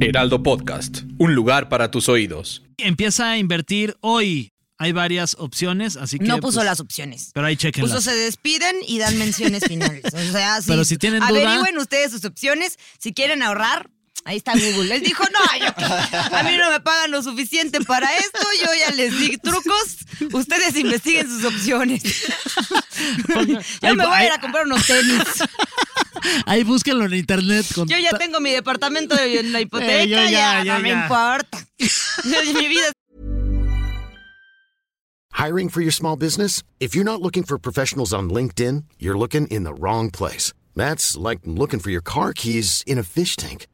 Heraldo Podcast, un lugar para tus oídos. Empieza a invertir hoy. Hay varias opciones, así que. No puso pues, las opciones. Pero ahí chequenlas. Puso se despiden y dan menciones finales. O sea, sí. Pero si tienen duda- Averigüen ustedes sus opciones. Si quieren ahorrar, ahí está Google. Él dijo, no, yo- a mí no me pagan lo suficiente para esto. Yo ya les di trucos. Ustedes investiguen sus opciones. Yo me voy a ir a comprar unos tenis. Ahí búsquenlo en internet. Con Yo ya tengo mi departamento en la hipoteca. Eh, yo ya, ya, yo no me ya. importa. mi vida Hiring for your small business? If you're not looking for professionals on LinkedIn, you're looking in the wrong place. That's like looking for your car keys in a fish tank.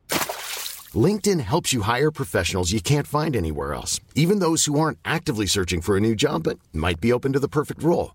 LinkedIn helps you hire professionals you can't find anywhere else, even those who aren't actively searching for a new job but might be open to the perfect role.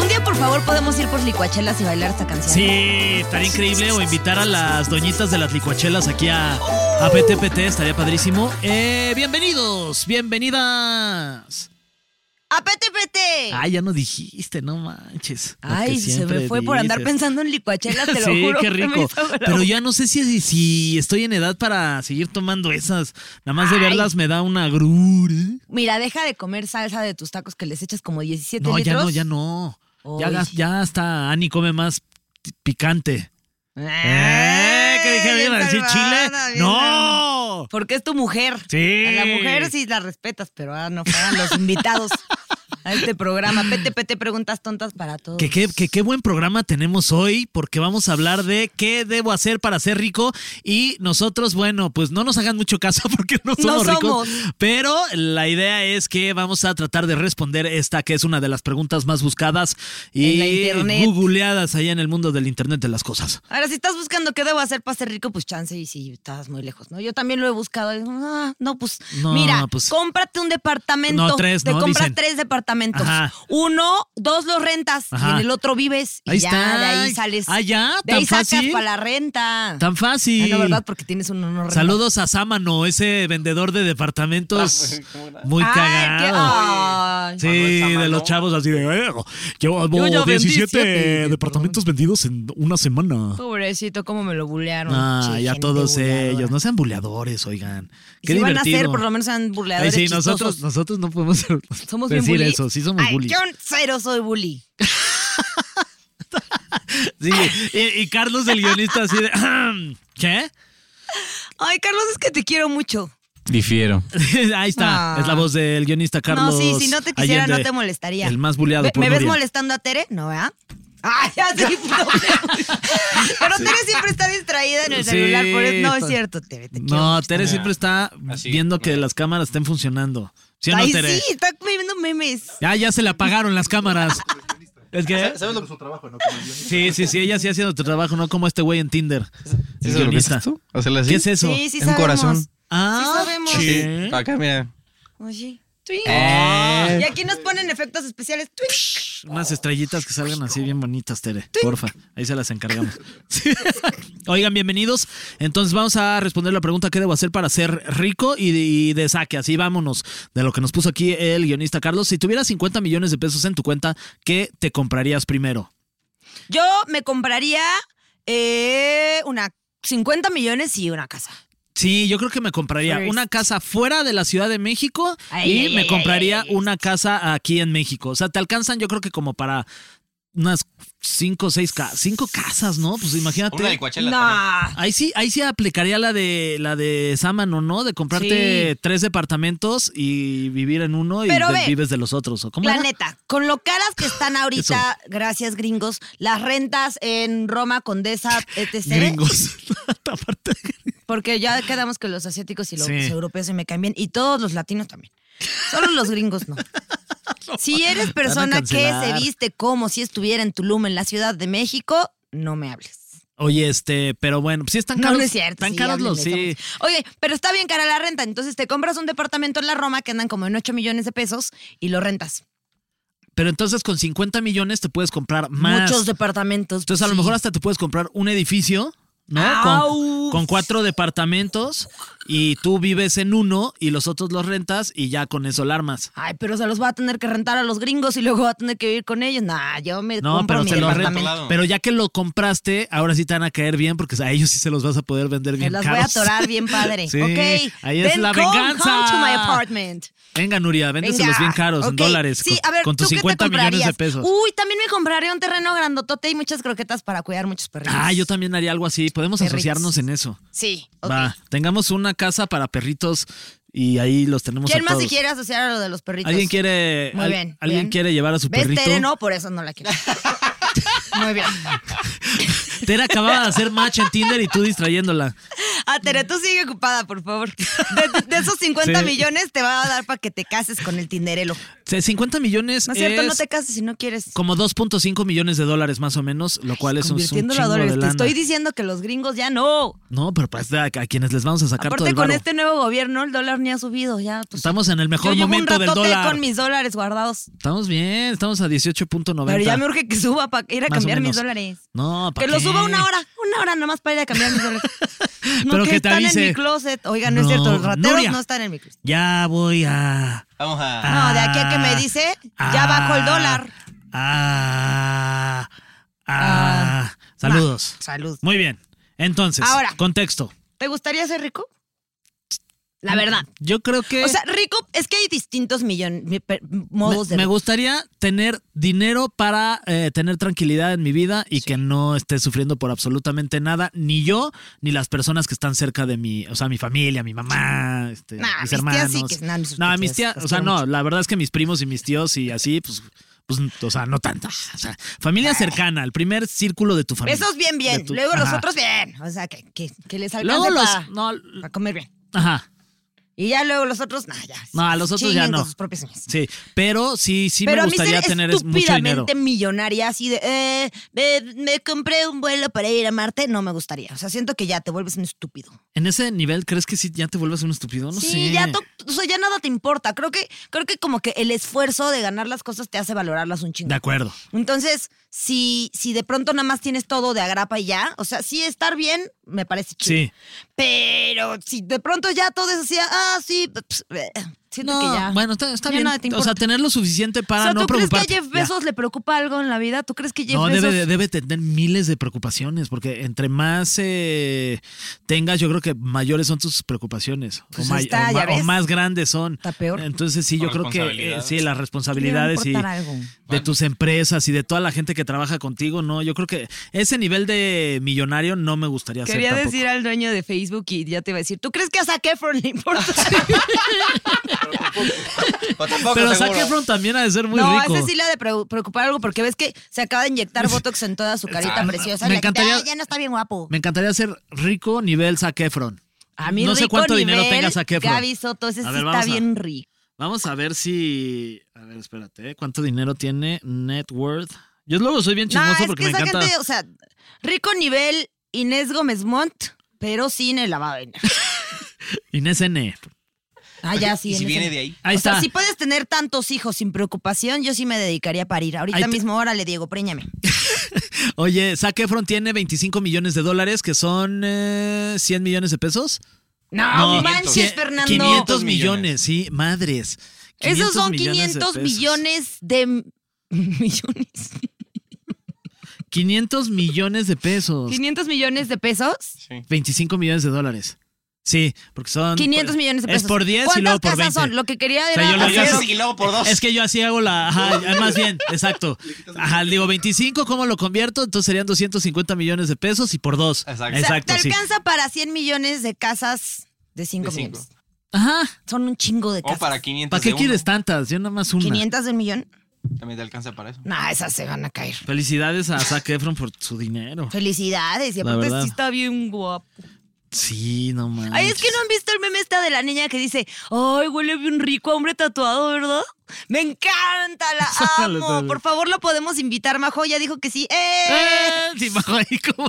Un día, por favor, podemos ir por licuachelas y bailar esta canción. Sí, estaría increíble. O invitar a las doñitas de las licuachelas aquí a, a PTPT, estaría padrísimo. Eh, bienvenidos, bienvenidas. ¡Apetepete! Ay, ya no dijiste, no manches. Lo que Eh. Ay, se me siempre fue por andar dices. pensando en licuachelas, te lo sí, juro. qué se me rico. hizo bravo. Pero ya no sé si, si estoy en edad para seguir tomando esas. Nada más de verlas me da una grure. Mira, deja de comer salsa de tus tacos que les echas como 17 No, ya litros. no, ya no. Ya, Ay. gas- ya hasta Ani come más t- picante. ¿Eh? ¿Qué dije? Ah, Bien ¿Iban a decir salvada, chile? bien salvada. ¡No! Porque es tu mujer. Sí. A la mujer sí la respetas, pero ah, no fueran los invitados a este programa. PTPT preguntas tontas para todos. Que qué, que qué buen programa tenemos hoy, porque vamos a hablar de qué debo hacer para ser rico. Y nosotros, bueno, pues no nos hagan mucho caso porque no somos, somos. ricos. Pero la idea es que vamos a tratar de responder esta, que es una de las preguntas más buscadas En la y internet. googleadas allá en el mundo del Internet de las cosas. Ahora, si estás buscando qué debo hacer para ser rico, pues chance y si estás muy lejos, ¿no? Yo también lo he buscado. y, ah, no, pues No, mira, pues- cómprate un departamento. No, tres, Te ¿no? compras Dicen. tres departamentos. Ajá. Uno, dos los rentas Ajá. y en el otro vives. Y Ahí ya, está. de ahí sales. Ah, ya, De ahí tan sacas fácil. para la renta. Tan Ah, fácil. no, ¿verdad? Porque tienes uno no renta. Saludos a Sámano, ese vendedor de departamentos muy Ay, qué- cagado. ay. Sí, de los chavos así de. "Eh, Llevo Yo ya vendí 17 siete". departamentos vendidos en una semana. Pobrecito, cómo me lo bulearon. Ah, Che, ya gente todos buleadora. ellos. No sean buleadores, oigan. Y Qué si van a divertido. ser, por lo menos sean Ay, burleadores sí, chistosos. nosotros, nosotros no podemos ser- Somos bien decir bullies. eso. Sí, somos Ay, bullies. Yo cero soy bully. Sí, y, y Carlos, el guionista, así de. ¿Qué? Ay, Carlos, es que te quiero mucho. Difiero. Ahí está. Ah. Es la voz del guionista Carlos. no, sí, si no te quisiera, no Allende, te molestaría. El más buleado Ve- por ¿Me ves Nuria. molestando a Tere? No, ¿verdad? Ay, ya sí, no. Pero Tere siempre está distraída en el Sí, celular. Por eso. No, es está- cierto, Tere, te quiero. No, mucho. Tere siempre está Ah, Así, viendo que mira. las cámaras estén funcionando. ¿Sí o no, Ay, Tere? sí, está viendo memes. Ya, ya se le apagaron las cámaras. Es que. ¿Sabes lo que es su trabajo, no? Como guionista. Sí, sí, sí, ella sí haciendo tu trabajo, no como este güey en Tinder. El ¿Eso es lo que guionista. haces tú? ¿Hacerle así? ¿Qué es eso? Sí, sí, Es un sabemos. corazón. Ah, Sí sabemos. Así, ¿sí? Acá, mira. Oye. Eh. Ah. Y aquí nos ponen efectos especiales. Twitch. Unas estrellitas que salgan así bien bonitas, Tere. Porfa, ahí se las encargamos. Sí. Oigan, bienvenidos. Entonces vamos a responder la pregunta ¿qué debo hacer para ser rico y de, y de saque? Así vámonos de lo que nos puso aquí el guionista Carlos. Si tuvieras 50 millones de pesos en tu cuenta, ¿qué te comprarías primero? Yo me compraría eh, una 50 millones y una casa. Sí, yo creo que me compraría First. una casa fuera de la Ciudad de México Ay, y ay, me ay, compraría ay, ay. una casa aquí en México. O sea, te alcanzan yo creo que como para unas cinco o seis ca- cinco casas, ¿no? Pues imagínate. Una de Coachella también. No. Ahí sí, ahí sí aplicaría la de la de Sámano, ¿no? De comprarte Sí. tres departamentos y vivir en uno y Pero de- ve, vives de los otros. ¿o ¿Cómo La era? neta, con lo caras que están ahorita, gracias gringos, las rentas en Roma, Condesa, etc. Gringos. Aparte. Porque ya quedamos que los asiáticos y los Sí. europeos se me cambian y todos los latinos también. Solo los gringos no. Si eres persona que se cancelar. viste como si estuviera en Tulum, en la Ciudad de México, no me hables. Oye, este, pero bueno, sí están No, caros. no es cierto. Están sí, caros los, háblenme, sí. somos- Oye, pero está bien cara la renta. Entonces te compras un departamento en la Roma que andan como en 8 millones de pesos y lo rentas. Pero entonces con 50 millones te puedes comprar más. Muchos departamentos. pues Entonces a lo sí. mejor hasta te puedes comprar un edificio, ¿no? Con, ¡Auch! con cuatro departamentos y tú vives en uno y los otros los rentas y ya con eso alarmas. Ay, pero se los va a tener que rentar a los gringos y luego va a tener que vivir con ellos. Nah, yo me No, compro pero mi se lo departamento. rentas. Pero ya que lo compraste, ahora sí te van a caer bien porque a ellos sí se los vas a poder vender Me bien. las voy a caros. atorar bien padre. Sí, ok. ahí es Then la come, venganza. Come to my apartment. Venga, Nuria, véndeselos Venga. bien caros en Ok, dólares. Sí, con, a ver, con tus ¿tú qué te 50 millones de comprarías? Uh, pesos. Uy, también me compraría un terreno grandotote y muchas croquetas para cuidar muchos perritos. ah, yo también haría algo así. Podemos Perritos. asociarnos en eso. Sí, ok. Va, tengamos una casa para perritos y ahí los tenemos ¿Quién a más todos. si quiere asociar a lo de los perritos? ¿Alguien quiere, Muy al- bien. ¿alguien bien. quiere llevar a su ¿Ves, perrito? Tere? No, por eso no la quiero. Muy bien. Tere acababa de hacer match en Tinder y tú distrayéndola. Ah, Tere, tú sigue ocupada, por favor. De, de esos 50 Sí. millones te va a dar para que te cases con el tinderelo. O sea, 50 millones No es cierto, no es te cases si no quieres. como 2.5 millones de dólares más o menos, lo cual es un, es un Convirtiéndolo a chingo dólares. de Te lana. estoy diciendo que los gringos ya no. No, pero pues, a, a quienes les vamos a sacar todo Aparte, el con varo. este nuevo gobierno, el dólar ni ha subido. Ya, pues, Estamos en el yo mejor llevo momento un del ratote dólar. con mis dólares guardados. Estamos bien, estamos a 18.90. Pero ya me urge que suba para ir a Más o cambiar mis menos. dólares. No, ¿pa' Que lo qué? suba una hora, una hora nomás para ir a cambiar mis dólares. No, Pero que te están avise. en mi closet. Oiga, No, no, es cierto, los rateros Nuria. Ah. no están en mi closet. Ya voy a. Vamos a. No, de aquí a que me dice, ya bajó el dólar. Ah, ah, Ah. saludos. Nah, salud. Muy bien. Entonces, Ahora. contexto. ¿Te gustaría ser rico? La verdad. Yo creo que O sea, rico, es que hay distintos millon- mi- per- modos me, de me rico. gustaría tener dinero para eh, tener tranquilidad en mi vida y que no esté sufriendo por absolutamente nada, ni yo, ni las personas que están cerca de mi, o sea, mi familia, mi mamá, este, Nah, mis mis tías hermanos. sí que- nah, no es cierto, no, mis tías, tías, las o sea, quiero no, mucho. la verdad es que mis primos y mis tíos y así, pues, pues o sea, no tanta. O sea, familia cercana, el primer círculo de tu familia. Esos bien, bien. De tu- Luego los Ajá. otros bien. O sea, que, que, que les Luego alcance los. para No, comer bien. ajá. Y ya luego los otros, nah, ya. No, a los otros ya chinguen no. con sus propias uñas. Sí, pero sí, sí Pero me a mí gustaría ser tener es- mucho dinero. estúpidamente millonaria, así de, eh, me, me compré un vuelo para ir a Marte, no me gustaría. O sea, siento que ya te vuelves un estúpido. En ese nivel, ¿crees que sí ya te vuelves un estúpido? No sí, sé. ya, to- o sea, ya nada te importa. Creo que, creo que como que el esfuerzo de ganar las cosas te hace valorarlas un chingo. De acuerdo. Entonces, si, si de pronto nada más tienes todo de agrapa y ya, o sea, sí estar bien me parece chido. Sí. Pero si de pronto ya todo es así, ah, sí, pues, eh, siento que ya. bueno, está, está ya bien. nada te o sea, importa. tener lo suficiente para o sea, ¿tú no crees que a preocuparte. Jeff Ya. Bezos le preocupa algo en la vida? ¿Tú crees que Jeff No, Bezos debe, de- debe tener miles de preocupaciones, porque entre más eh, tengas, yo creo que mayores son tus preocupaciones, Pues o, ma- ahí está, o ya ma- o ves. más grandes son. Está peor. Entonces sí, yo creo Con que eh, responsabilidades. sí, las Le responsabilidades va a y importar algo. de tus empresas y de toda la gente que trabaja contigo, no, yo creo que ese nivel de millonario no me gustaría ser Quería tampoco. decir al dueño de Facebook y ya te iba a decir, ¿tú crees que a Zac Efron le importa? O tampoco Pero seguro. Zac Efron también ha de ser muy no, rico. a ese sí le ha de pre- preocupar algo porque ves que se acaba de inyectar Botox en toda su carita preciosa. y Me la gente, encantaría- "Ay, ya no está bien guapo. Me encantaría ser rico nivel Zac Efron. A mí no sé rico cuánto dinero nivel, tenga Zac Efron. Gaby Soto, ese A sí ver, está vamos a- bien rico. Vamos a ver si. A ver, espérate. ¿eh? ¿Cuánto dinero tiene net worth? Yo luego soy bien No, chismoso es porque que me esa encanta. gente, o sea, rico nivel Inés Gómez Montt, pero sin el lavado de dinero. Inés N. Ah, ya sí. Y si en viene ese- de ahí. Ahí o está. sea, si puedes tener tantos hijos sin preocupación, yo sí me dedicaría a parir. Ahorita Ahí te- mismo, órale, Diego, préñame. Oye, Zac Efron tiene 25 millones de dólares, que son eh, 100 millones de pesos. Ah, No, No, manches, Cien- Fernando. 500 millones, millones. sí, madres. Esos son millones de 500 pesos. millones de m- millones. 500 millones de pesos. 500 millones de pesos. 25 millones de dólares. Sí, porque son. 500 millones de pues, pesos. Es por 10 y ¿Cuántas luego por 20. casas son? Lo que quería sea, era yo lo- Por yo hacer- lo- diez y luego por dos. Es que yo así hago la. Ajá, más bien, exacto. Ajá, digo, 25, ¿cómo lo convierto? Entonces serían 250 millones de pesos y por dos. Exacto. Exacto. o sea, te sí. alcanza para 100 millones de casas de 5 De cinco. millones. Ajá. Son un chingo de O casas. para 500. ¿Para qué de uno. quieres tantas? Yo nada más una. 500 de un millón. También te alcanza para eso. No, esas se van a caer. Felicidades a Zac Efron por su dinero. Felicidades, y La aparte verdad. sí está bien guapo. Sí, no mames. Ay, es que no han visto el meme esta de la niña que dice, ay, huele bien rico a hombre tatuado, ¿verdad? Me encanta, la Sácalo, amo. sácalo. Por favor, la podemos invitar, Majo. Ya dijo que sí. Eh, ¡Eh! sí, bajo ahí como-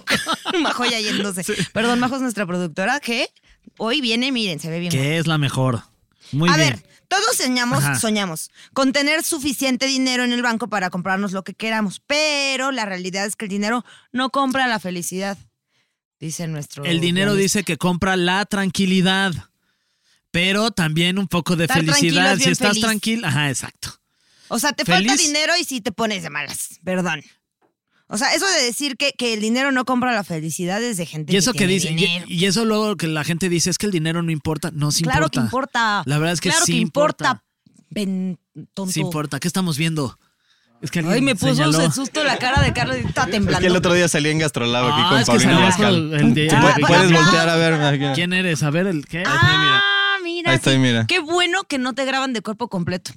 Eh. Majo ya yéndose. Perdón, Majo es nuestra productora que hoy viene, miren, se ve bien. Que es la mejor. Muy a bien. ver, Todos soñamos, Ajá. soñamos con tener suficiente dinero en el banco para comprarnos lo que queramos, pero la realidad es que el dinero no compra la felicidad, dice nuestro... El dinero guionista. dice que compra la tranquilidad, pero también un poco de Estar tranquilo felicidad. es Si bien estás feliz. tranquilo, ajá, exacto. O sea, te falta ¿Feliz? dinero y si te pones de malas, perdón. O sea, eso de decir que, que el dinero no compra la felicidad es de gente Y eso que tiene dice, y, dinero. y eso luego que la gente dice es que el dinero no importa, no sí claro importa. que importa. La verdad es que claro sí que importa. importa. ven, tonto. Sí importa. ¿Qué estamos viendo? Es que Ay, alguien me puso señaló. el susto la cara de Carlos y está temblando. Es que el otro día salí en Gastrolab aquí Ah, con es que Paulina salió Bascal. el de- Tú Ah, pu- para puedes acá. voltear a ver. aquí. ¿Quién eres? A ver, el qué. Ah, mira. Ahí estoy, sí. mira. Qué bueno que no te graban de cuerpo completo.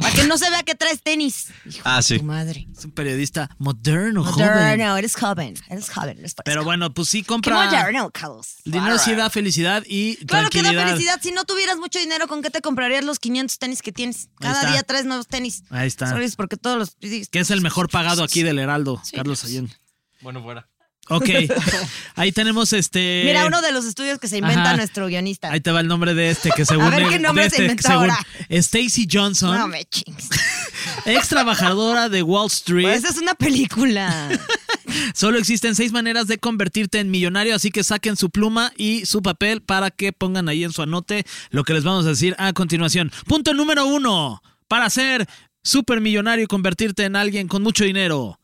Para que no se vea que traes tenis. Hijo Ah, de sí. Tu madre. Es un periodista moderno, joven. Moderno, eres joven. Eres joven. Eres Pero bueno, pues sí Qué compra. moderno, Carlos. El dinero sí da felicidad y Claro que da tranquilidad. felicidad. Si no tuvieras mucho dinero, ¿con qué te comprarías los 500 tenis que tienes? está. Cada día traes nuevos tenis. Ahí está. Sorry, es porque todos los. Que es el mejor pagado aquí del Heraldo, Carlos Allende. Bueno, fuera. Ok. Ahí tenemos este. Mira, uno de los estudios que se inventa Ajá. nuestro guionista. Ahí te va el nombre de este que según. ver, ¿qué nombre de se este, inventó según- ahora? Stacy Johnson, No me chingues. ex trabajadora de Wall Street. Esa es una película. Pues, Solo existen seis maneras de convertirte en millonario, así que saquen su pluma y su papel para que pongan ahí en su anote lo que les vamos a decir a continuación. Punto número uno. Para ser supermillonario y convertirte en alguien con mucho dinero.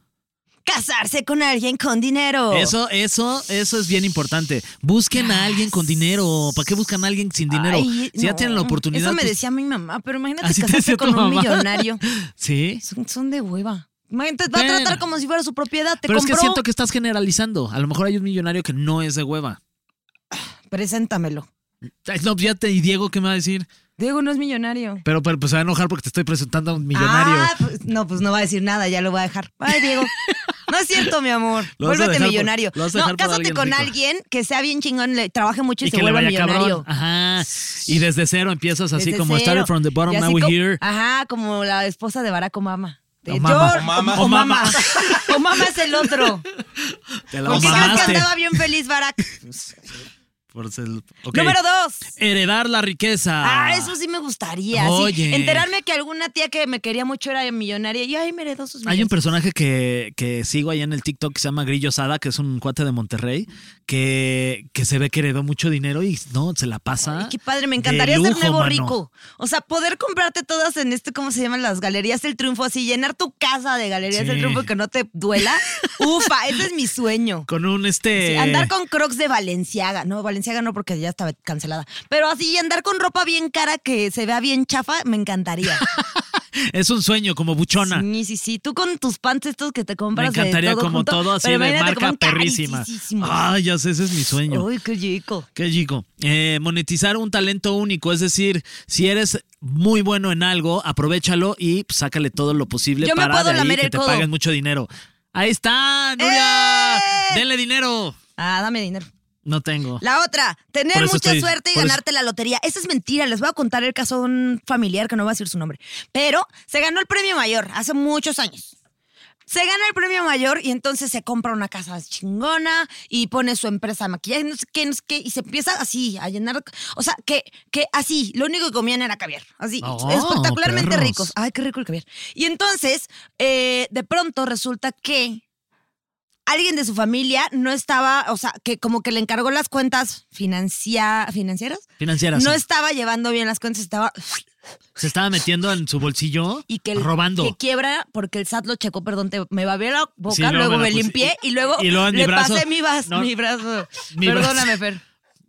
Casarse con alguien con dinero. Eso, eso, eso es bien importante. Busquen a alguien con dinero. ¿Para qué buscan a alguien sin dinero? Ay, si ya no. tienen la oportunidad. Eso me pues- decía mi mamá, pero imagínate ¿Así te casarse decía tu con un mamá? millonario. Sí. Son, son de hueva. Imagínate, va a Bueno. tratar como si fuera su propiedad. Te Pero es compró. que siento que estás generalizando. A lo mejor hay un millonario que no es de hueva. Preséntamelo. Ay, No, ya te, y Diego, ¿qué me va a decir? Diego no es millonario. Pero, pero, pues se va a enojar porque te estoy presentando a un millonario. Ah, pues, no, pues no va a decir nada, ya lo voy a dejar. Bye, Diego. No es cierto, mi amor. Lo vas a Vuélvete dejar por- millonario. lo vas a no, dejar por cásate alguien con rico. alguien que sea bien chingón, le trabaje mucho y, y se que le vuelva vaya millonario. cabrón. Ajá. Y desde cero empiezas así Desde como cero. started from the bottom, Y así Ah, now we're como- here. Ajá, como la esposa de Barack Obama. De Omama. George- Omama. Omama. Omama es el otro. Te la ¿Por qué crees que mamaste. andaba bien feliz Barack? Por ser- ok. Número dos. Heredar la riqueza. Ah, eso sí me gustaría. sí. Oye. Enterarme que alguna tía que me quería mucho era millonaria. Y ay, me heredó sus Hay un millones. personaje que, que sigo allá en el TikTok que se llama Grillo Sada, que es un cuate de Monterrey, que, que se ve que heredó mucho dinero y no, se la pasa. Ay, qué padre, me ¿Ah? de encantaría ser lujo, nuevo mano. rico. O sea, poder comprarte todas en este, ¿cómo se llaman las galerías del triunfo? Así, llenar tu casa de galerías Sí. del triunfo que no te duela. Ufa, ese es mi sueño. Con un este. Sí, andar con crocs de Valenciaga. No, Valenciaga no, porque ya estaba cancelada. Pero así, andar con ropa bien cara que se vea bien chafa, me encantaría. Es un sueño, como buchona. Sí, sí, sí. Tú con tus pants estos que te compras. Me de encantaría todo como junto, todo así pero de imagínate marca como perrísima. carísimos. Ay, ya sé, ese es mi sueño. Uy, qué rico. Qué chico. Eh, monetizar un talento único, es decir, si eres muy bueno en algo, aprovechalo y pues, sácale todo lo posible Yo me para puedo de ahí lamer que el te codo. paguen mucho dinero. Ahí está, Nuria. ¡Eh! Denle dinero. Ah, dame dinero. No tengo. La otra, tener Por eso mucha estoy- suerte y por eso- ganarte la lotería. Esa es mentira. Les voy a contar el caso de un familiar que no va a decir su nombre. Pero se ganó el premio mayor hace muchos años. Se gana el premio mayor y entonces se compra una casa chingona y pone su empresa de maquillaje, no sé qué, no sé qué, y se empieza así a llenar. O sea, que, que así, lo único que comían era caviar. Así, Oh, espectacularmente perros. ricos. Ay, qué rico el caviar. Y entonces, eh, de pronto resulta que alguien de su familia no estaba, o sea, que como que le encargó las cuentas financia- financieras, Financieras. no estaba llevando bien las cuentas, estaba Se estaba metiendo en su bolsillo y que robando. que quiebra porque el SAT lo checó, perdón, te- me babié la boca, Sí, luego luego me la me, puse- limpié y luego, y luego en mi le brazo. pasé mi, vas- No. mi brazo. Mi brazo. Perdóname, Fer.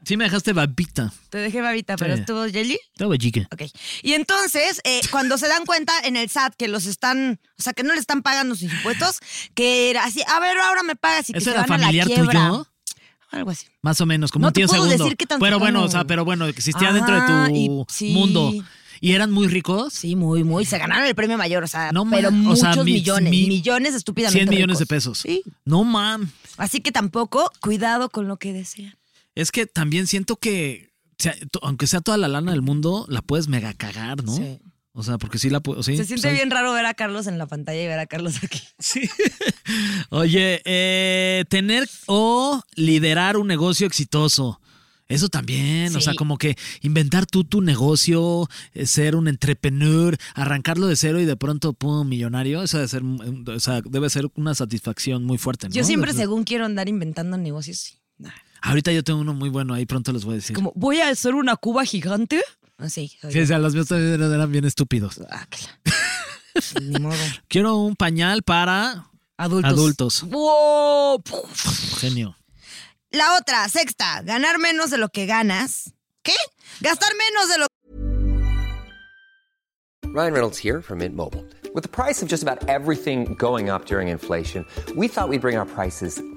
sí me dejaste babita. Te dejé babita, pero Sí. estuvo Jelly. Estaba chica. Ok. Y entonces, eh, cuando se dan cuenta en el SAT que los están, o sea, que no le están pagando sus impuestos, que era así, a ver, ahora me pagas y que ¿Eso se era van a la familiar quiebra. tuyo? Algo así. Más o menos, como No un te tío puedo segundo. decir qué tan pero bueno, cercano. o sea, pero bueno, existía Ajá, dentro de tu y- sí. mundo. ¿Y eran muy ricos? Sí, muy, muy. Se ganaron el premio mayor, o sea, No pero ma- o muchos sea, mi- millones, mi- millones estúpidamente. 100 millones de ricos. pesos. Sí. No mam. Así que tampoco, cuidado con lo que desean. Es que también siento que, sea- to- aunque sea toda la lana del mundo, la puedes mega cagar, ¿no? Sí. O sea, porque sí pues, la puedo. Se siente bien raro ver a Carlos en la pantalla y ver a Carlos aquí. Pues Oye, eh, tener o liderar un negocio exitoso. Eso también, o sea, Sí. como que inventar tú tu negocio, eh, ser un entrepreneur, arrancarlo de cero y de pronto, pum, millonario, eso debe ser, mm, o sea, debe ser una satisfacción muy fuerte. ¿no? Yo siempre, De- según quiero andar inventando negocios, sí. Nah. Ahorita yo tengo uno muy bueno, ahí pronto les voy a decir. Como, voy a hacer una cuba gigante. Así. Sí, o sea, los míos también eran eran bien estúpidos. Ah, claro. Ni modo. Quiero un pañal para Adultos. Adultos. Wow. genio. La otra, sexta, ganar menos de lo que ganas. ¿Qué? Gastar menos de lo Ryan Reynolds here from Mint Mobile. With the price of just about everything going up during inflation, we thought we'd bring our prices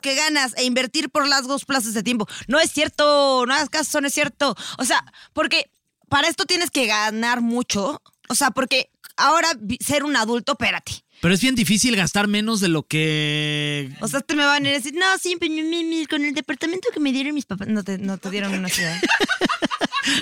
que ganas e invertir por largos plazos de tiempo. No es cierto, no hagas caso, no es cierto. O sea, porque para esto tienes que ganar mucho. O sea, porque ahora vi- ser un adulto, espérate. Pero es bien difícil gastar menos de lo que. O sea, te me van a decir, no, sí, pues, mi- mi- mi, con el departamento que me dieron mis papás. No te, no te dieron una ciudad.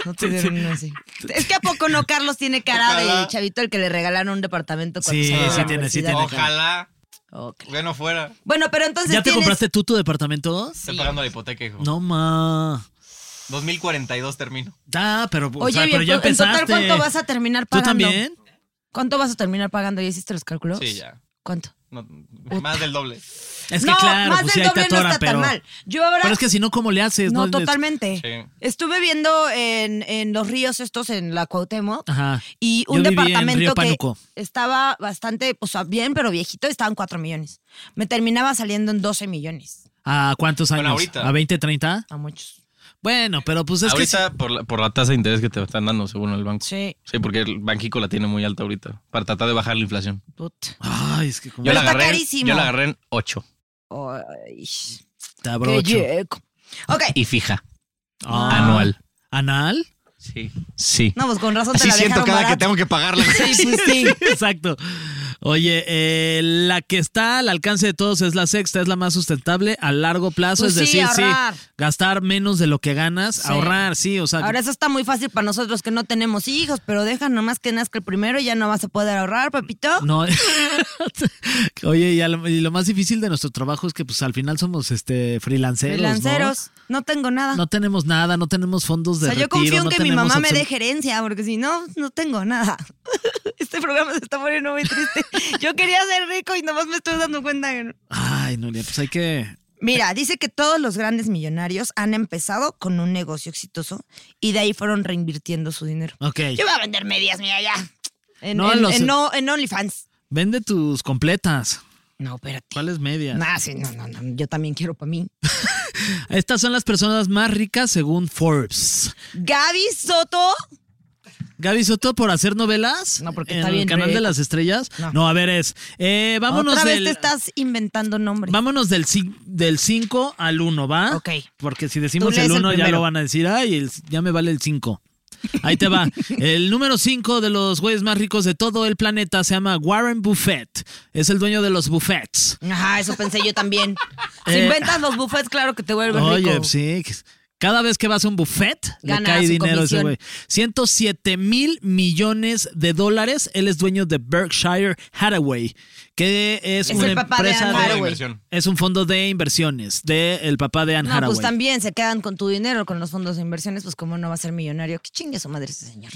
No te dieron una así. Es que a poco no Carlos tiene cara de Ojalá. chavito el que le regalaron un departamento cuando Sí, se graduó sí de la tiene, sí universidad. tiene. Ojalá Ok. que no fuera. Bueno, pero entonces ¿Ya te tienes- compraste tú tu departamento? Estoy pagando la hipoteca, hijo. No ma. 2042 termino. Da, pero, o Oye, sea, bien, pues, pero ya en total, empezaste. ¿cuánto vas a terminar pagando? ¿Tú también? ¿Cuánto vas a terminar pagando? ¿Ya hiciste los cálculos? Sí, ya. ¿Cuánto? No, más del doble. Es que no, claro, más pues sí, del ahí te doble no atoran, está pero. tan mal. Yo ahora... Pero es que si no, ¿cómo le haces? no, Es- totalmente. Sí. Estuve viendo en, en los ríos estos, en la Cuauhtémoc, Ajá. y Yo un viví en departamento Río que Pánuco. estaba bastante, o sea, bien, pero viejito, estaban 4 millones. Me terminaba saliendo en 12 millones ¿A cuántos años? Bueno, ahorita. ¿A 20, 30? a muchos. Bueno, pero pues es que. ahorita, por, la, por la tasa de interés que te están dando, según el banco. Sí, Sí, porque el Banjico la tiene muy alta ahorita. Para tratar de bajar la inflación. puta. Ay, es que como. Yo la está agarré. carísimo. Yo la agarré en 8 Ay, Está qué brocho. yeco. Ok, y fija. Ah. Anual. ¿Anal? Sí. Sí. no, pues con razón te Así la siento dejaron cada que barata. tengo que pagarla. Sí, pues sí. Exacto. Oye, eh, la que está al alcance de todos es la sexta, es la más sustentable a largo plazo, Pues es sí, decir, ahorrar. sí, gastar menos de lo que ganas, ahorrar, sí, o sea, Ahora eso está muy fácil para nosotros que no tenemos hijos, pero deja nomás que nazca el primero y ya no vas a poder ahorrar, papito. no. Oye, y, a lo, y lo más difícil de nuestro trabajo es que pues al final somos este freelanceros, ¿no? Freelanceros, no tengo nada. ¿no? tenemos nada, no tenemos fondos o de sea, yo retiro, confío en no que mi tenemos mamá me absolu- deje herencia, porque si no, no tengo nada. Este programa se está poniendo muy triste. Yo quería ser rico y nomás me estoy dando cuenta que no. Ay, Nuria, pues hay que Mira, dice que todos los grandes millonarios han empezado con un negocio exitoso y de ahí fueron reinvirtiendo su dinero. Ok. Yo voy a vender medias, mira, ya. En, No, en- los- en no- en OnlyFans. Vende tus completas. No, espérate. ¿Cuáles medias? Nah, sí, no, no, no. Yo también quiero para mí. Estas son las personas más ricas según Forbes. Gaby Soto. Gaby Soto por hacer novelas. No, porque en está bien El canal rico. de las estrellas. No. No, a ver, es. eh, vámonos Otra vez del. te estás inventando nombres. Vámonos del 5 al 1, ¿va? Ok. Porque si decimos Tú lees el el 1 ya primero. lo van a decir, ay, el- ya me vale el 5. Ahí te va. El número 5 de los güeyes más ricos de todo el planeta se llama Warren Buffett. Es el dueño de los buffets. Ajá, eso pensé yo también. Si Eh. inventas los buffets, claro que te vuelves Oye, rico. sí. Cada vez que vas a un buffet, le Gana cae su dinero a ese comisión. güey. 107 mil millones de dólares. Él es dueño de Berkshire Hathaway, que es, Es una el papá de empresa Anne de- Hathaway. es un fondo de inversiones del papá de Anne No, Hathaway. pues también se quedan con tu dinero, con los fondos de inversiones, pues cómo no va a ser millonario. Que chingue su madre ese señor.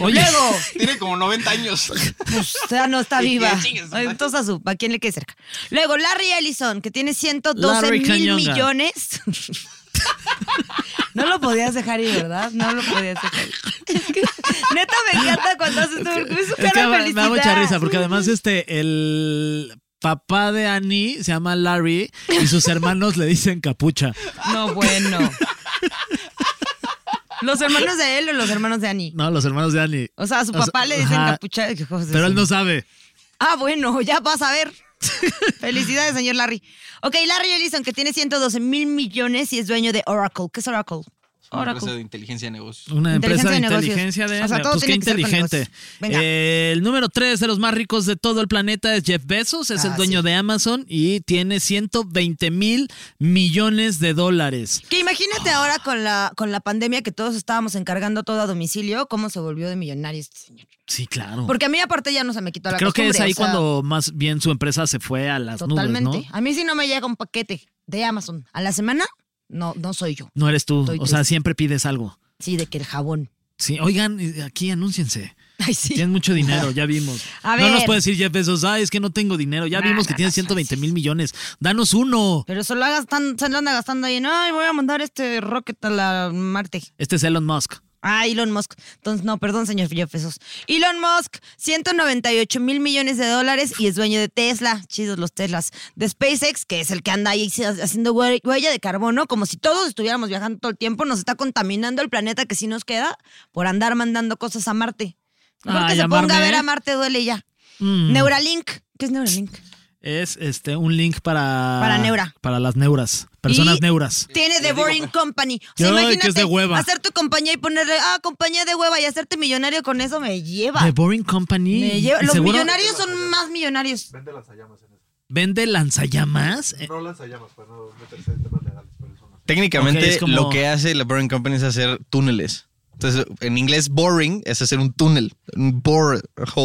Oye, Luego, Tiene como 90 años. pues ya no está viva. Ya chingue su madre. Entonces, a, su, ¿a quién le quede cerca? Luego, Larry Ellison, que tiene 112 Larry mil Cañonga. millones. no lo podías dejar ir, ¿verdad? No lo podías dejar ir. Neta, me encanta cuando haces todo el- su Es que cara de me- me da mucha felicidad. risa porque además este el papá de Annie se llama Larry y sus hermanos le dicen capucha. No, bueno. ¿Los hermanos de él o los hermanos de Annie? No, los hermanos de Annie. O sea, a su papá le dicen ajá, capucha. qué cosas Pero él así. no sabe. Ah, bueno, ya vas a ver. Felicidades, señor Larry. Ok, Larry Ellison, que tiene 112 mil millones y es dueño de Oracle. ¿Qué es Oracle? Una Oracle. empresa de inteligencia de negocios. Una empresa de Inteligencia de negocios. inteligencia de... O sea, todo pues qué tiene que ser con inteligente. negocios. Venga. Eh, el número 3 de los más ricos de todo el planeta es Jeff Bezos, es el Ah, dueño de Amazon y tiene 120 mil millones de dólares. Que imagínate ahora con la, con la pandemia que todos estábamos encargando todo a domicilio, cómo se volvió de millonario este señor. Sí, claro. Porque a mí aparte ya no se me quitó la Creo que costumbre, es ahí o sea, cuando más bien su empresa se fue a las Totalmente. nubes, ¿no? A mí si no me llega un paquete de Amazon a la semana, no, no soy yo. No eres tú, Estoy o sea, triste. siempre pides algo. Sí, de que el jabón. Sí, oigan, eh, aquí anúnciense. Ay, sí. Tienen mucho dinero, ya vimos. A No nos ver. puede decir Jeff Bezos, ay, es que no tengo dinero. Ya vimos que tienes 120 mil millones. Danos uno. Pero se lo, gastan, se lo anda gastando ahí. No, voy a mandar este rocket a la Marte. Este es Elon Musk. Ah, Elon Musk. Entonces, no, perdón, señor Jeff Bezos. Elon Musk, 198 mil millones de dólares y es dueño de Tesla. Chidos los Teslas. De SpaceX, que es el que anda ahí haciendo hue- huella de carbono, como si todos estuviéramos viajando todo el tiempo. Nos está contaminando el planeta que sí nos queda por andar mandando cosas a Marte. Mejor Ah, que se llamarme. Mm. ponga a ver a Marte duele ya. Neuralink. ¿Qué es Neuralink? Es este un link para. Para neura. Para las neuras. Personas Y- neuras. Tiene The Boring Company. O Yo, sea, ay, imagínate que es de hueva. hacer tu compañía y ponerle, ah, compañía de hueva y hacerte millonario con eso me lleva. The Boring Company. Me lleva- ¿Y Los seguro millonarios son más millonarios. ¿Vende lanzallamas? Eh, Técnicamente, Ok, es como- lo que hace la Boring Company es hacer túneles. Entonces, en inglés, boring es hacer un túnel, un borehole.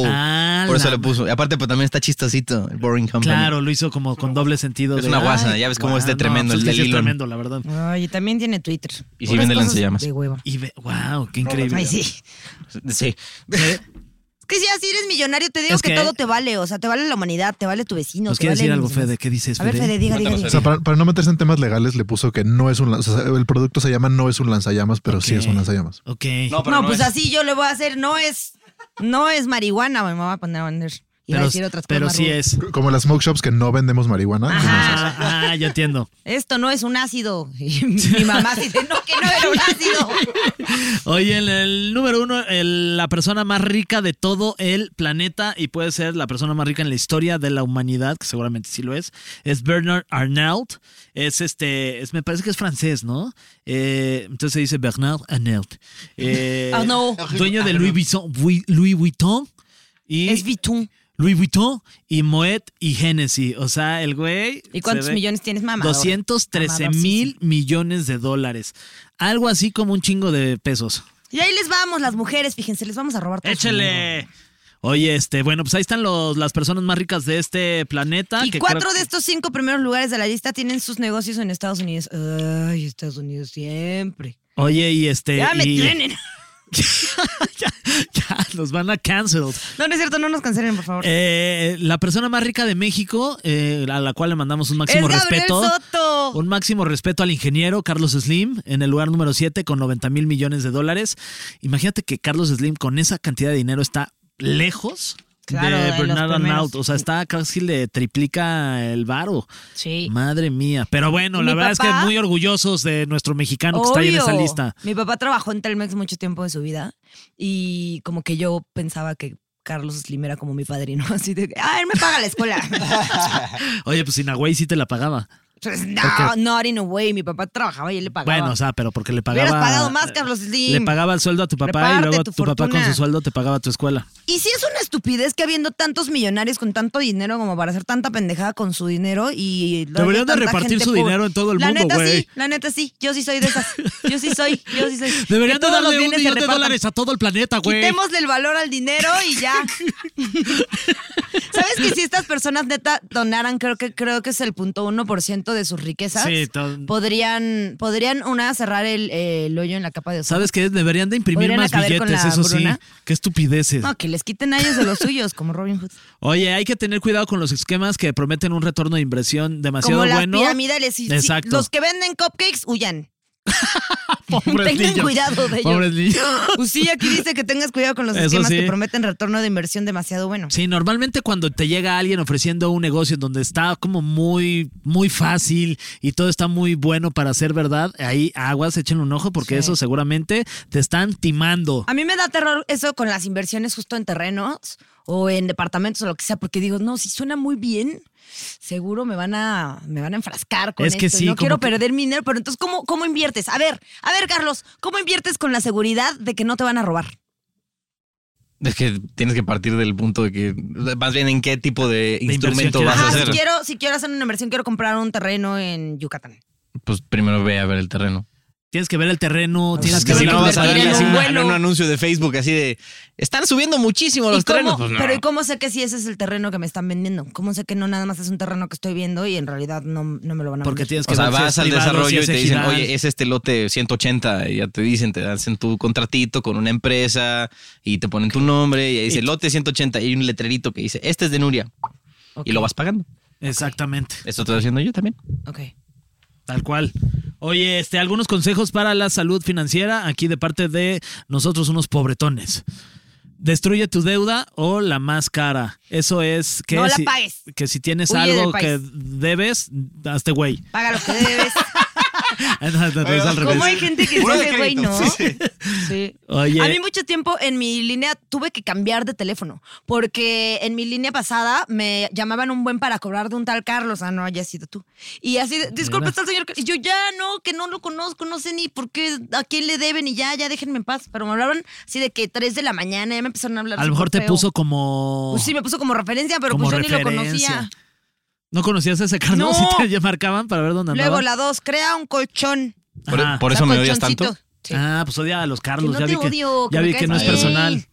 Ah, Por eso la le puso. Y aparte, pues también está chistosito, el Boring Company. Claro, lo hizo como con doble sentido. Es de, una guasa, ay, ya ves cómo es de guau, tremendo pues el es que del sí es Elon. tremendo, la verdad. Ay, y también tiene Twitter. Y si Puras vende cosas lanzallamas. De hueva. Y ve, wow, qué increíble. Ay, sí. Sí. Es que si así eres millonario, te digo Es que, que- todo te vale. O sea, te vale la humanidad, te vale tu vecino. Nos te quiere vale decir el- algo, Fede. ¿Qué dices, A ver, Fede, diga, diga, Cuéntanos, diga. O sea, para, para no meterse en temas legales, le puso que no es un lanz- o sea, el producto se llama no es un lanzallamas, pero sí Ok. es un lanzallamas. Ok. No, pues así yo le voy a hacer. No es, no es marihuana, me voy a poner a vender. Y va a pero decir otras pero cosas. sí rudas. es. C- Como las smoke shops que no vendemos marihuana. Ajá. Ah, ah, ya entiendo. Esto no es un ácido. Y mi mamá dice, no, que no era un ácido. Oye, el, el número uno, el- la persona más rica de todo el planeta y puede ser la persona más rica en la historia de la humanidad, que seguramente sí lo es, es Bernard Arnault. Es este, es- me parece que es francés, ¿no? Eh, entonces se dice Bernard Arnault. Eh, Arnault. Dueño de Louis Vuitton. Vu- Louis Vuitton y Es Vitun. Louis Vuitton y Moet y Genesis. O sea, el güey. ¿Y cuántos se ve- millones tienes, mamá? 213 mil millones de dólares. Algo así como un chingo de pesos. Y ahí les vamos, las mujeres, fíjense, les vamos a robar todo su dinero. Échale. Oye, este, bueno, pues ahí están los, las personas más ricas de este planeta. Y que cuatro creo- de estos cinco primeros lugares de la lista tienen sus negocios en Estados Unidos. Ay, Estados Unidos siempre. Oye, y este. ya me y- tienen. ya, ya, nos van a cancel. No, no es cierto, no nos cancelen, por favor. Eh, la persona más rica de México, eh, a la cual le mandamos un máximo Es Gabriel respeto. Soto. Un máximo respeto al ingeniero Carlos Slim en el lugar número 7 con 90 mil millones de dólares. Imagínate que Carlos Slim con esa cantidad de dinero está lejos Claro, de de los Bernard primeros. Arnault. O sea, está casi le triplica el varo. sí. Madre mía. Pero bueno, Y la mi verdad es que papá- muy orgullosos de nuestro mexicano que está ahí en esa Obvio. lista. Mi papá trabajó en Telmex mucho tiempo de su vida y como que yo pensaba que Carlos Slim era como mi padrino, así de, ah, él me paga la escuela. Oye, pues Sinagüey sí te la pagaba. Pues, no, not in a way. Mi papá trabajaba y él le pagaba. Bueno, o sea, pero porque le pagaba. Hubieras pagado más, Carlos Slim. Le pagaba el sueldo a tu papá Reparte y luego tu, tu papá con fortuna. su sueldo te pagaba tu escuela. y sí es una estupidez que habiendo tantos millonarios con tanto dinero como para hacer tanta pendejada con su dinero y... luego Deberían de tanta repartir gente su pobre. dinero en todo el la mundo, neta güey. sí, la neta sí. Yo sí soy de esas. Yo sí soy, yo sí soy. Deberían de Que todos los darle un bienes se millón de repartan. dólares a todo el planeta, güey. Quitémosle el valor al dinero y ya. ¿Sabes que si estas personas neta donaran, creo que creo que es el punto 1% de sus riquezas, Sí, to- podrían, podrían una cerrar el, eh, el hoyo en la capa de ozono. ¿Sabes qué? Deberían de imprimir Podrían más acabar con billetes, la eso sí. bruna. Qué estupideces. No, que les quiten a ellos de los suyos, como Robin Hood. Oye, hay que tener cuidado con los esquemas que prometen un retorno de inversión demasiado Como las bueno. piramidales. si- si- Exacto. los que venden cupcakes, huyan. Pobres Tengan niños. cuidado de ellos. Pobres niños. Pues sí, aquí dice que tengas cuidado con los Eso esquemas sí. que prometen retorno de inversión demasiado bueno. Sí, normalmente cuando te llega alguien ofreciendo un negocio en donde está como muy, muy fácil y todo está muy bueno para ser verdad, ahí aguas, échenle un ojo porque Sí. eso seguramente te están timando. A mí me da terror eso con las inversiones justo en terrenos o en departamentos o lo que sea, porque digo, no, si suena muy bien, seguro me van a, me van a enfrascar con Es que esto y sí, no como quiero que- perder mi dinero, pero entonces, ¿cómo, ¿cómo inviertes? A ver, a ver, Carlos, ¿cómo inviertes con la seguridad de que no te van a robar? Es que tienes que partir del punto de que, más bien, en qué tipo de, inversión instrumento quieres vas a Ajá, Ah, si hacer. quiero, si quiero hacer una inversión, quiero comprar un terreno en Yucatán. Pues primero ve a ver el terreno. Tienes que ver el terreno, tienes es que que ver Pues van si la no vas a convertir darle en así un un, vuelo. un anuncio de Facebook así de están subiendo muchísimo los ¿Y cómo- trenes. Pues, no. Pero ¿y cómo sé que si ese es el terreno que me están vendiendo? ¿Cómo sé que no nada más es un terreno que estoy viendo y en realidad no, no me lo van a Porque vender? tienes que o sea, ver si vas es al privado, si desarrollo es y te dicen, ejidal. oye, es este lote 180, y ya te dicen, te hacen tu contratito con una empresa y te ponen tu nombre y ahí dice lote 180 y hay un letrerito que dice, este es de Nuria. Y lo vas pagando. Exactamente, Esto te lo estoy haciendo yo también. Ok. tal cual. Oye, este, algunos consejos para la salud financiera aquí de parte de nosotros unos pobretones. Destruye tu deuda o la más cara. Eso es que No la si, pagues. que si tienes Huye del algo país. que debes, hazte güey. Paga lo que debes. Ah, no, no, no, es al ¿Cómo hay revés. gente que Puro de dice, güey, no? crédito. Sí, Sí. Oye. A mí mucho tiempo en mi línea tuve que cambiar de teléfono porque en mi línea pasada me llamaban un buen para cobrar de un tal Carlos, ah no, haya sido tú. Y así, de, disculpe, Mira. está el señor, Car- y yo ya no, que no lo conozco, no sé ni por qué, a quién le deben y ya, ya déjenme en paz. Pero me hablaban así de que 3 de la mañana, ya me empezaron a hablar. A lo mejor súper te feo. puso como. Pues sí, me puso como referencia, pero como pues yo ni lo referencia. conocía. ¿No conocías a ese Carlos? No. Si te marcaban para ver dónde andaba. Luego la 2, crea un colchón. Por, e, Ajá. por O sea, eso me odias colchoncito. tanto. Sí. Ah, pues odia a los Que Carlos. no ya te vi que, odio. ya me vi que caes no es bien. personal.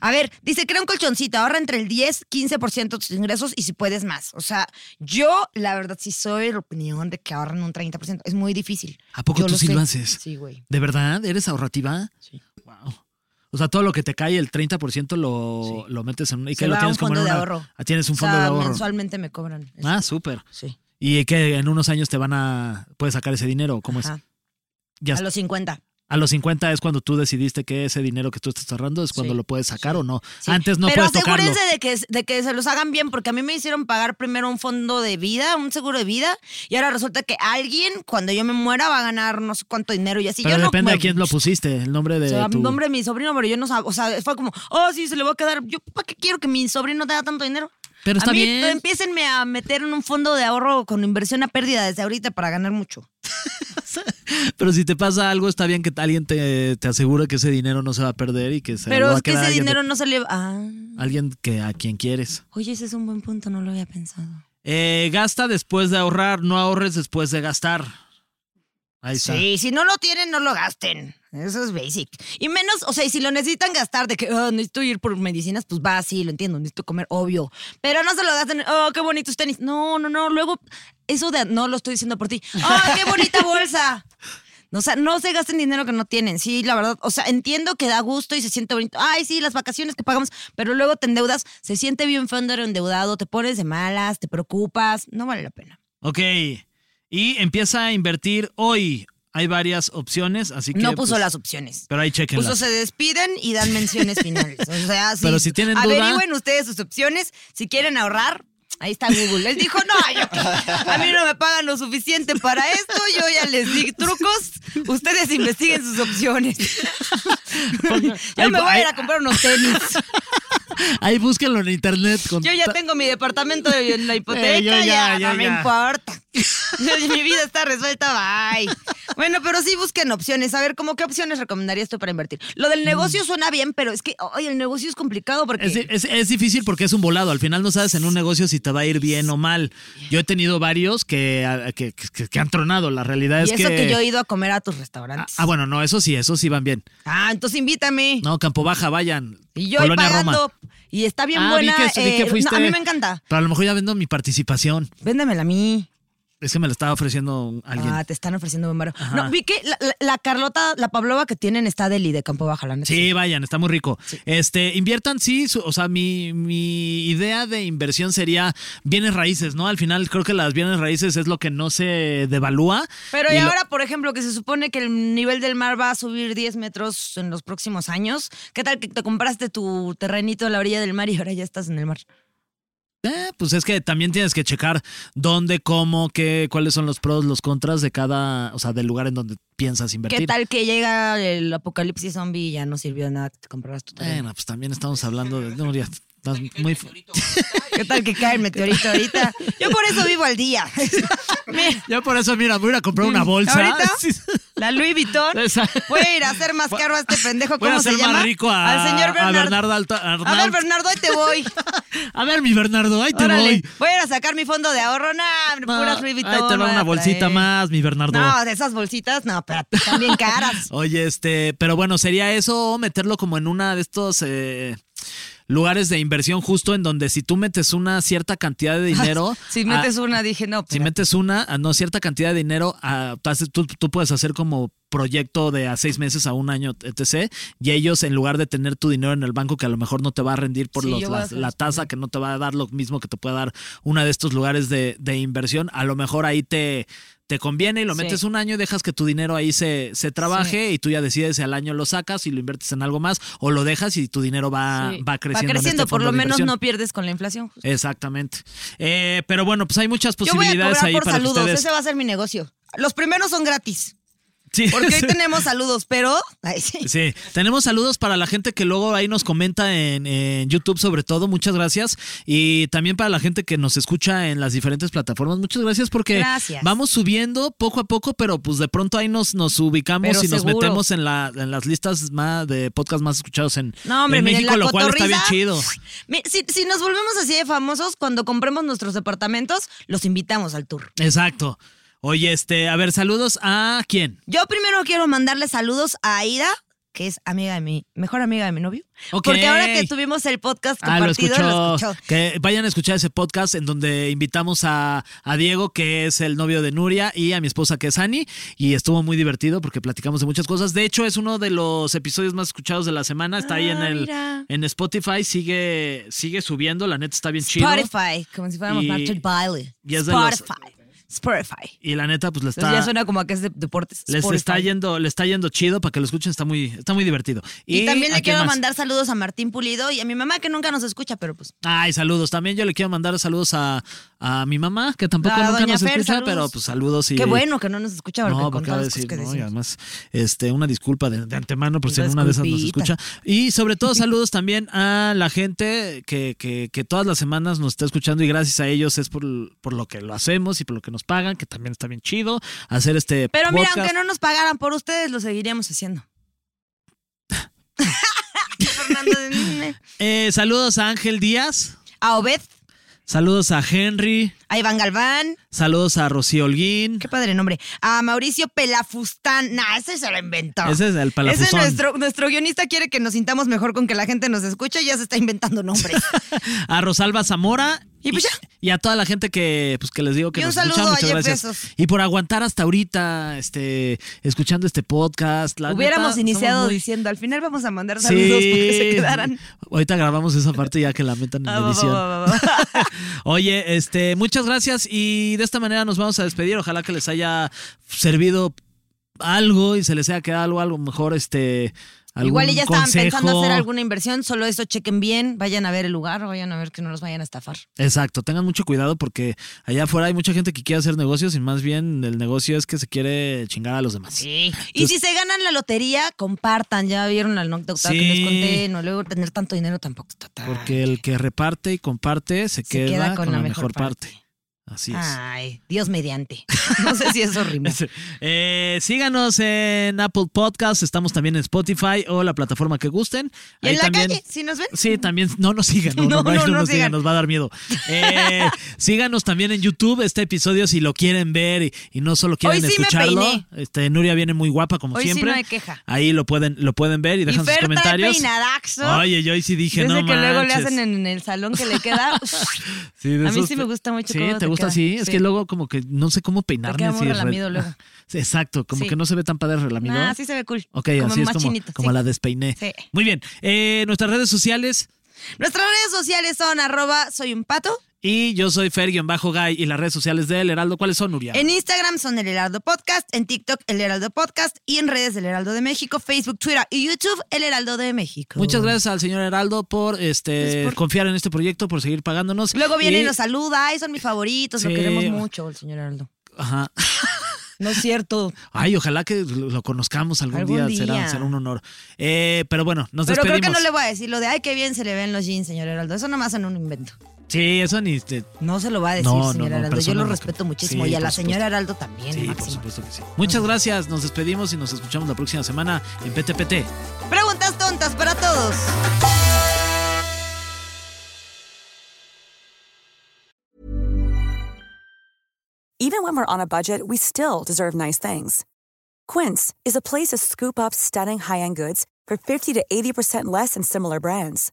A ver, dice, crea un colchoncito, ahorra entre el 10, 15% de tus ingresos y si puedes más. O sea, yo la verdad sí soy de la opinión de que ahorran un 30%. Es muy difícil. ¿A poco Yo tú sí sé. lo haces? Sí, güey. ¿De verdad? ¿Eres ahorrativa? Sí. Wow. O sea, todo lo que te cae, el 30% lo, lo metes en un. ¿Y Se qué lo va a tienes un como en fondo de una- ahorro. Ah, tienes un O fondo sea, de ahorro. mensualmente me cobran. eso. Ah, súper. Sí. ¿Y que en unos años te van a. Puedes sacar ese dinero? o ¿Cómo es? Ajá. Ya A los 50. A los 50 es cuando tú decidiste que ese dinero que tú estás ahorrando es cuando Sí, lo puedes sacar o no. Sí. Antes no Pero puedes tocarlo. asegúrense de que, de que se los hagan bien, porque a mí me hicieron pagar primero un fondo de vida, un seguro de vida, y ahora resulta que alguien, cuando yo me muera, va a ganar no sé cuánto dinero y así. Pero yo depende no, de quién lo pusiste, el nombre de O sea, tu... nombre de mi sobrino, pero yo no sabía. O sea, fue como, oh, sí, se le va a quedar. Yo, ¿para qué quiero que mi sobrino tenga tanto dinero? Pero está a mí, bien. no, Empiecenme a meter en un fondo de ahorro con inversión a pérdida desde ahorita para ganar mucho. Pero si te pasa algo, está bien que alguien te, te asegure que ese dinero no se va a perder y que se lo Pero va es a que quedar ese alguien, de- dinero no se le. Ah, alguien que a quien quieres. oye, ese es un buen punto, no lo había pensado. Eh, gasta después de ahorrar, no ahorres después de gastar. Ahí está. Sí, si no lo tienen, no lo gasten. Eso es basic. Y menos, o sea, y si lo necesitan gastar de que, oh, necesito ir por medicinas, pues va, sí, lo entiendo, necesito comer, obvio. Pero no se lo gasten, oh, qué bonitos tenis. No, no, no, luego, eso de, no lo estoy diciendo por ti. Oh, qué bonita bolsa. O sea, no se gasten dinero que no tienen. Sí, la verdad. O sea, entiendo que da gusto y se siente bonito. Ay, sí, las vacaciones que pagamos, pero luego te endeudas, se siente bien feo andar endeudado, te pones de malas, te preocupas. No vale la pena. Ok. Y empieza a invertir hoy. Hay varias opciones, así que... No puso pues, las opciones. Pero ahí chequenlas. Puso se Pues, despiden y dan menciones finales. O sea, sí, Pero si tienen duda- Averigüen ustedes sus opciones. Si quieren ahorrar, ahí está Google. Él dijo, no, yo- a mí no me pagan lo suficiente para esto. Yo ya les di trucos. Ustedes investiguen sus opciones. yo ahí- me voy a ir a ahí- comprar unos tenis. Ahí búsquenlo en internet. Con Yo ya ta- tengo mi departamento de- en la hipoteca. Eh, yo ya, ya, yo no me ya. importa. mi vida está resuelta, bye. Bueno, pero sí busquen opciones. A ver, ¿cómo qué opciones recomendarías tú para invertir? Lo del negocio suena bien, pero es que, ay, el negocio es complicado porque. Mm. Es, es- es difícil porque es un volado. Al final no sabes en un negocio si te va a ir bien o mal. Yo he tenido varios que, a- que, que- que han tronado. La realidad y es eso que... yo he ido a comer a tus restaurantes. Ah, bueno, no, eso sí, eso sí van bien. Ah, entonces invítame. No, Campo Baja, vayan. Y yo ahí Colonia pagando. Roma. Y está bien Ah, vi buena. que- vi que eh, no, fuiste- a mí me encanta. Pero a lo mejor ya vendo mi participación. Véndamela a mí. Es que me lo estaba ofreciendo alguien. Ah, te están ofreciendo bombero. Ajá. No, vi que la, la- la Carlota, la Pavlova que tienen está deli de Campo Baja, la neta. Sí, vayan, está muy rico. Este, inviertan, sí, su- o sea, mi, mi idea de inversión sería bienes raíces, ¿no? Al final creo que las bienes raíces es lo que no se devalúa. Pero y, lo- ahora, por ejemplo, que se supone que el nivel del mar va a subir 10 metros en los próximos años, ¿qué tal que te compraste tu terrenito a la orilla del mar y ahora ya estás en el mar? Eh, pues es que también tienes que checar dónde, cómo, qué, cuáles son los pros, los contras de cada, o sea, del lugar en donde piensas invertir. ¿Qué tal que llega el apocalipsis zombie y ya no sirvió de nada que te compraras tu terreno? Bueno, pues también estamos hablando de. No, ya estás muy. fu- ¿Qué tal que cae el meteorito ahorita? Yo por eso vivo al día. Mira, Ya por eso, mira, voy a ir a comprar una bolsa. ¿Ahorita? Sí. La Louis Vuitton. Esa- Voy a ir a hacer más caro a este pendejo. Voy a ¿Cómo se hacer llama? más rico a, Al señor a Bernardo. Bernardo Alta- A ver, Arnault. Bernardo, ahí te voy. A ver, mi Bernardo, ahí te Órale. voy. Voy a ir a sacar mi fondo de ahorro. Nah, hombre, No, puras Louis Vuitton. ahí te voy va a una bolsita traer. más, mi Bernardo. No, de esas bolsitas, no, pero están bien caras. Oye, este, pero bueno, sería eso o meterlo como en una de estos eh, lugares de inversión justo en donde si tú metes una cierta cantidad de dinero... si metes ah, una, dije, no. si espérate. metes una, ah, no, cierta cantidad de dinero, ah, tú haces- tú, tú puedes hacer como proyecto de a seis meses a un año, etc. Y ellos, en lugar de tener tu dinero en el banco, que a lo mejor no te va a rendir por Sí, los- yo voy a la, hacer la eso tasa, que no te va a dar lo mismo que te puede dar uno de estos lugares de, de inversión, a lo mejor ahí te, te conviene y lo Sí. metes un año y dejas que tu dinero ahí se, se trabaje y tú ya decides si al año lo sacas y lo inviertes en algo más o lo dejas y tu dinero va, Sí. va creciendo. en Va este creciendo, por fondo lo de menos inversión. no pierdes con la inflación. justo. Exactamente. Eh, pero bueno, pues hay muchas Yo voy a posibilidades cobrar ahí por para que saludos, ¿eh? ustedes. ese va a ser mi negocio. Los primeros son gratis, Sí. porque hoy Sí. tenemos saludos, pero... Ay, sí. Sí, tenemos saludos para la gente que luego ahí nos comenta en, en YouTube sobre todo, muchas gracias. Y también para la gente que nos escucha en las diferentes plataformas, muchas gracias porque Gracias. vamos subiendo poco a poco, pero pues de pronto ahí nos, nos ubicamos Pero y nos seguro. metemos en, la, en las listas más de podcast más escuchados en, No, hombre, en miren, México, la lo cual está bien cotorriza, chido. mi- Si, si nos volvemos así de famosos, cuando compremos nuestros departamentos, los invitamos al tour. Exacto. Oye, este, a ver, saludos a quién. Yo primero quiero mandarle saludos a Aida, que es amiga de mi, mejor amiga de mi novio. Ok. Porque ahora que tuvimos el podcast Ah, lo compartido, escuchó. lo escuchó. Que vayan a escuchar ese podcast en donde invitamos a, a Diego, que es el novio de Nuria, y a mi esposa, que es Ani. Y estuvo muy divertido porque platicamos de muchas cosas. De hecho, es uno de los episodios más escuchados de la semana. Está ahí en Ah, el mira. en Spotify. Sigue, sigue subiendo. La neta está bien chido. Spotify, como si fuéramos Y- Martin Bailey. y es de los- Spotify. Spotify. Y la neta, pues le Entonces está. ya suena como a que es de deportes. Les Spotify. está yendo, le está yendo chido para que lo escuchen, está muy, está muy divertido. Y, también ¿a le quién quiero más? mandar saludos a Martín Pulido y a mi mamá que nunca nos escucha, pero pues. Ay, saludos. También yo le quiero mandar saludos a, a mi mamá, que tampoco A nunca doña nos Fer, escucha, saludos. pero pues saludos y. Qué bueno que no nos escucha, porque No, con porque va todas a las decir, cosas que no, y decimos. además, este, una disculpa de, de antemano por si Una en una de esas nos disculpita. escucha. Y sobre todo, saludos también a la gente que, que, que todas las semanas nos está escuchando y gracias a ellos es por, por lo que lo hacemos y por lo que nos pagan, que también está bien chido hacer este Pero mira, podcast. aunque no nos pagaran por ustedes, lo seguiríamos haciendo. Fernando de- Eh, saludos a Ángel Díaz, A Obed, saludos a Henry, a Iván Galván. saludos a Rocío Holguín. Qué padre nombre. A Mauricio Pelafustán. Nah, ese se lo inventó. Ese es el palafuzón. Ese nuestro, nuestro guionista quiere que nos sintamos mejor con que la gente nos escuche y ya se está inventando nombres. a Rosalba Zamora Y pues ya. y a toda la gente que pues que les digo que Y un nos saludo escucha, a muchas Jeff gracias. Bezos. Y por aguantar hasta ahorita este escuchando este podcast. La Hubiéramos neta, iniciado somos muy- diciendo, al final vamos a mandar Sí. saludos porque se quedaran. Ahorita grabamos esa parte ya que la metan en Ah, va, va, edición. va, va, va. Oye, este, muchas gracias y de esta manera nos vamos a despedir. Ojalá que les haya servido algo y se les haya quedado algo, algo mejor este algún Igual y ya estaban consejo. pensando hacer alguna inversión, solo eso chequen bien, vayan a ver el lugar, vayan a ver que no los vayan a estafar. Exacto, tengan mucho cuidado porque allá afuera hay mucha gente que quiere hacer negocios y más bien el negocio es que se quiere chingar a los demás. Y si se ganan la lotería, compartan. Ya vieron la anécdota que Sí. les conté. No luego tener tanto dinero tampoco está tan. Porque el que reparte y comparte se, Se queda, con, la, mejor, parte. Así es. Ay, Dios mediante. No sé si eso rima. Eh, síganos en Apple Podcast, estamos también en Spotify o la plataforma que gusten. Y Ahí en la también- calle, si nos ven. Sí, también no nos sigan, no, no, No, no, no, no no nos sigan, sigan. nos va a dar miedo. Eh, síganos también en YouTube este episodio si lo quieren ver y, y no solo quieren Hoy sí me escucharlo. peiné. Este Nuria viene muy guapa como Hoy sí siempre. no hay queja. Ahí lo pueden lo pueden ver y Y dejan sus Fer trae comentarios. peinadaxo. Oye, yo ahí sí dije, Yo no sé que luego le manches". hacen en el salón que le queda. Sí, de A mí esos sí pe- me gusta mucho Sí, cómo te te gusta queda- así. Es sí. que luego como que no sé cómo peinarme queda muy así. re- relamido luego. Sí, Exacto, como Sí. que no se ve tan padre relamido. Ah, sí se ve cool. Ok, Como así es más como, chinito, como sí. la despeiné. Sí. Muy bien. Eh, nuestras redes sociales Nuestras redes sociales son arroba soy un pato. y yo soy Fer-Guy y las redes sociales del Heraldo. ¿Cuáles son, Nuria? En Instagram son el Heraldo Podcast, en TikTok el Heraldo Podcast y en redes el Heraldo de México, Facebook, Twitter y YouTube el Heraldo de México. Muchas gracias al señor Heraldo por este confiar en este proyecto, por seguir pagándonos. Pues Luego viene y Y- nos saluda. Ay, son mis favoritos. Sí. Lo queremos mucho, el señor Heraldo. Ajá. No es cierto. Ay, ojalá que lo, lo conozcamos algún, Algún día, Será, día. será un honor. Eh, pero bueno, nos Pero creo despedimos. que no le voy a decir lo de ay, qué bien se le ven los jeans, señor Heraldo. Eso nomás en un invento. Sí, eso ni te- No se lo va a decir, No, no, señor no, Heraldo. Yo persona lo no- respeto muchísimo. Sí, y a por la supuesto. señora Heraldo también, Sí, por máximo. supuesto que sí. Muchas gracias, nos despedimos y nos escuchamos la próxima semana en PTPT. Preguntas tontas para todos. Even when we're on a budget, we still deserve nice things. Quince is a place to scoop up stunning high end goods for 50 to 80% less than similar brands.